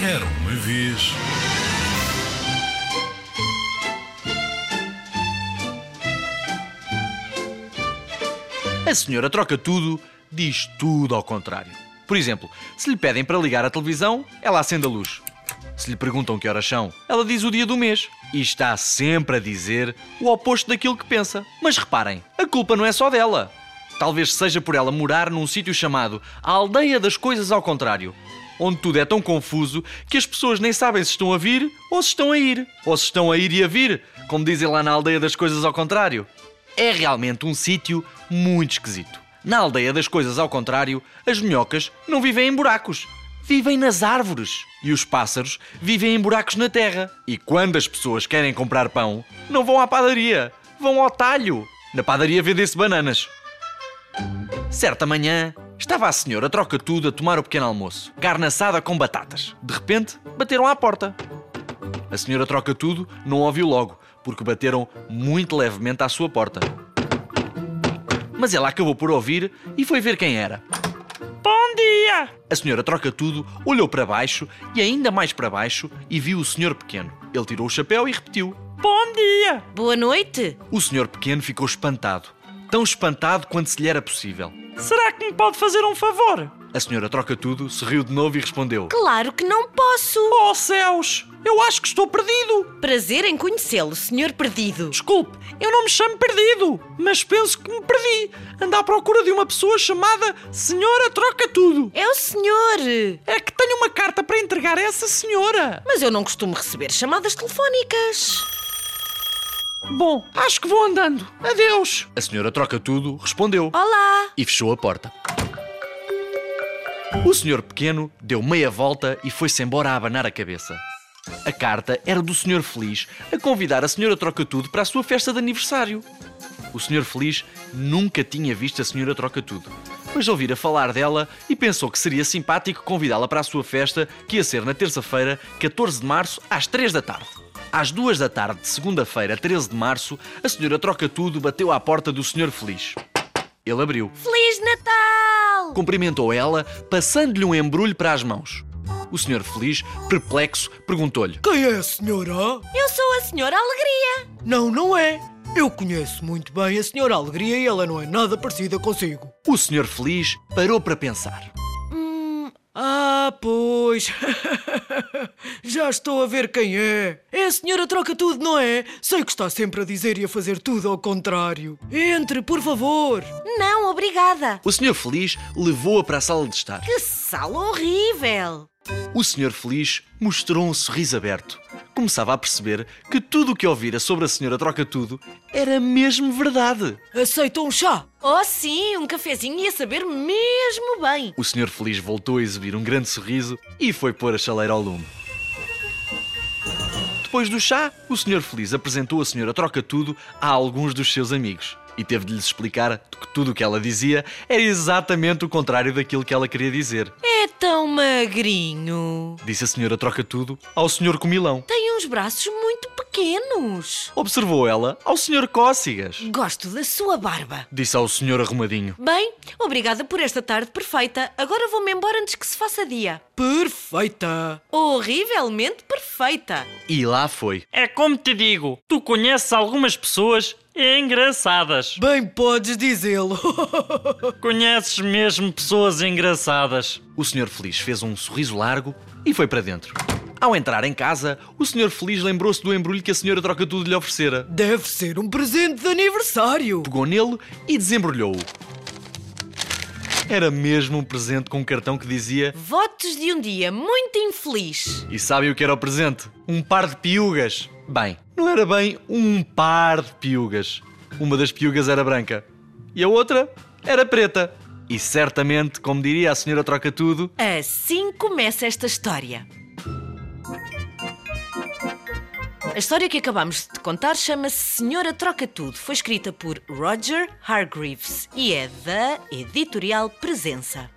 Era uma vez. A senhora troca tudo, diz tudo ao contrário. Por exemplo, se lhe pedem para ligar a televisão, ela acende a luz. Se lhe perguntam que horas são, ela diz o dia do mês. E está sempre a dizer o oposto daquilo que pensa. Mas reparem, a culpa não é só dela. Talvez seja por ela morar num sítio chamado a Aldeia das Coisas ao Contrário, onde tudo é tão confuso que as pessoas nem sabem se estão a vir ou se estão a ir, ou se estão a ir e a vir, como dizem lá na Aldeia das Coisas ao Contrário. É realmente um sítio muito esquisito. Na Aldeia das Coisas ao Contrário, as minhocas não vivem em buracos vivem nas árvores e os pássaros vivem em buracos na terra. E quando as pessoas querem comprar pão, não vão à padaria, vão ao talho. Na padaria vendem-se bananas. Certa manhã, estava a senhora troca tudo a tomar o pequeno almoço, carne assada com batatas. De repente, bateram à porta. A senhora troca tudo não ouviu logo, porque bateram muito levemente à sua porta. Mas ela acabou por ouvir e foi ver quem era. Bom dia! A senhora troca tudo, olhou para baixo e ainda mais para baixo e viu o senhor pequeno. Ele tirou o chapéu e repetiu: Bom dia! Boa noite. O senhor pequeno ficou espantado. Tão espantado quanto se lhe era possível. Será que me pode fazer um favor? A senhora troca tudo, sorriu de novo e respondeu: Claro que não posso. Oh céus, eu acho que estou perdido. Prazer em conhecê-lo, senhor perdido. Desculpe, eu não me chamo perdido, mas penso que me perdi. Ando à procura de uma pessoa chamada Senhora Troca Tudo. É o senhor. É que tenho uma carta para entregar a essa senhora. Mas eu não costumo receber chamadas telefónicas. Bom, acho que vou andando. Adeus. A senhora troca tudo, respondeu Olá. e fechou a porta. O senhor pequeno deu meia volta e foi-se embora a abanar a cabeça. A carta era do senhor feliz a convidar a senhora troca tudo para a sua festa de aniversário. O senhor feliz nunca tinha visto a senhora troca tudo, mas ouvira falar dela e pensou que seria simpático convidá-la para a sua festa que ia ser na terça-feira, 14 de março, às 3 da tarde. Às 2 da tarde de segunda-feira, 13 de março, a senhora troca tudo bateu à porta do senhor feliz. Ele abriu Feliz Natal. cumprimentou ela, passando-lhe um embrulho para as mãos. O senhor feliz, perplexo, perguntou-lhe: Quem é a senhora? Eu sou a senhora Alegria. Não, não é. Eu conheço muito bem a senhora Alegria e ela não é nada parecida consigo. O senhor feliz parou para pensar. Ah, pois. Já estou a ver quem é. É a senhora troca tudo, não é? Sei que está sempre a dizer e a fazer tudo ao contrário. Entre, por favor. Não, obrigada. O senhor feliz levou-a para a sala de estar. Que sala horrível. O senhor feliz mostrou um sorriso aberto. Começava a perceber que tudo o que ouvira sobre a senhora troca tudo era mesmo verdade. Aceita um chá. Oh sim, um cafezinho ia saber mesmo bem. O senhor feliz voltou a exibir um grande sorriso e foi pôr a chaleira ao lume. Depois do chá, o senhor feliz apresentou a senhora troca tudo a alguns dos seus amigos e teve de lhes explicar que tudo o que ela dizia era exatamente o contrário daquilo que ela queria dizer. É tão magrinho. Disse a senhora troca tudo ao senhor Comilão. Tem uns braços muito pequenos. Observou ela ao senhor Cócegas. Gosto da sua barba. Disse ao senhor Arrumadinho. Bem, obrigada por esta tarde perfeita. Agora vou-me embora antes que se faça dia. Perfeita. Horrivelmente perfeita. E lá foi. É como te digo, tu conheces algumas pessoas engraçadas. Bem podes dizê-lo. Conheces mesmo pessoas engraçadas. O senhor feliz fez um sorriso largo e foi para dentro. Ao entrar em casa, o senhor feliz lembrou-se do embrulho que a senhora troca tudo lhe oferecera. Deve ser um presente de aniversário. pegou nele e desembrulhou-o. Era mesmo um presente com um cartão que dizia. Votos de um dia muito infeliz. E sabem o que era o presente? Um par de piugas. Bem, não era bem um par de piugas. Uma das piugas era branca e a outra era preta. E certamente, como diria a senhora Troca Tudo, Assim começa esta história. A história que acabamos de contar chama-se Senhora Troca Tudo. Foi escrita por Roger Hargreaves e é da editorial Presença.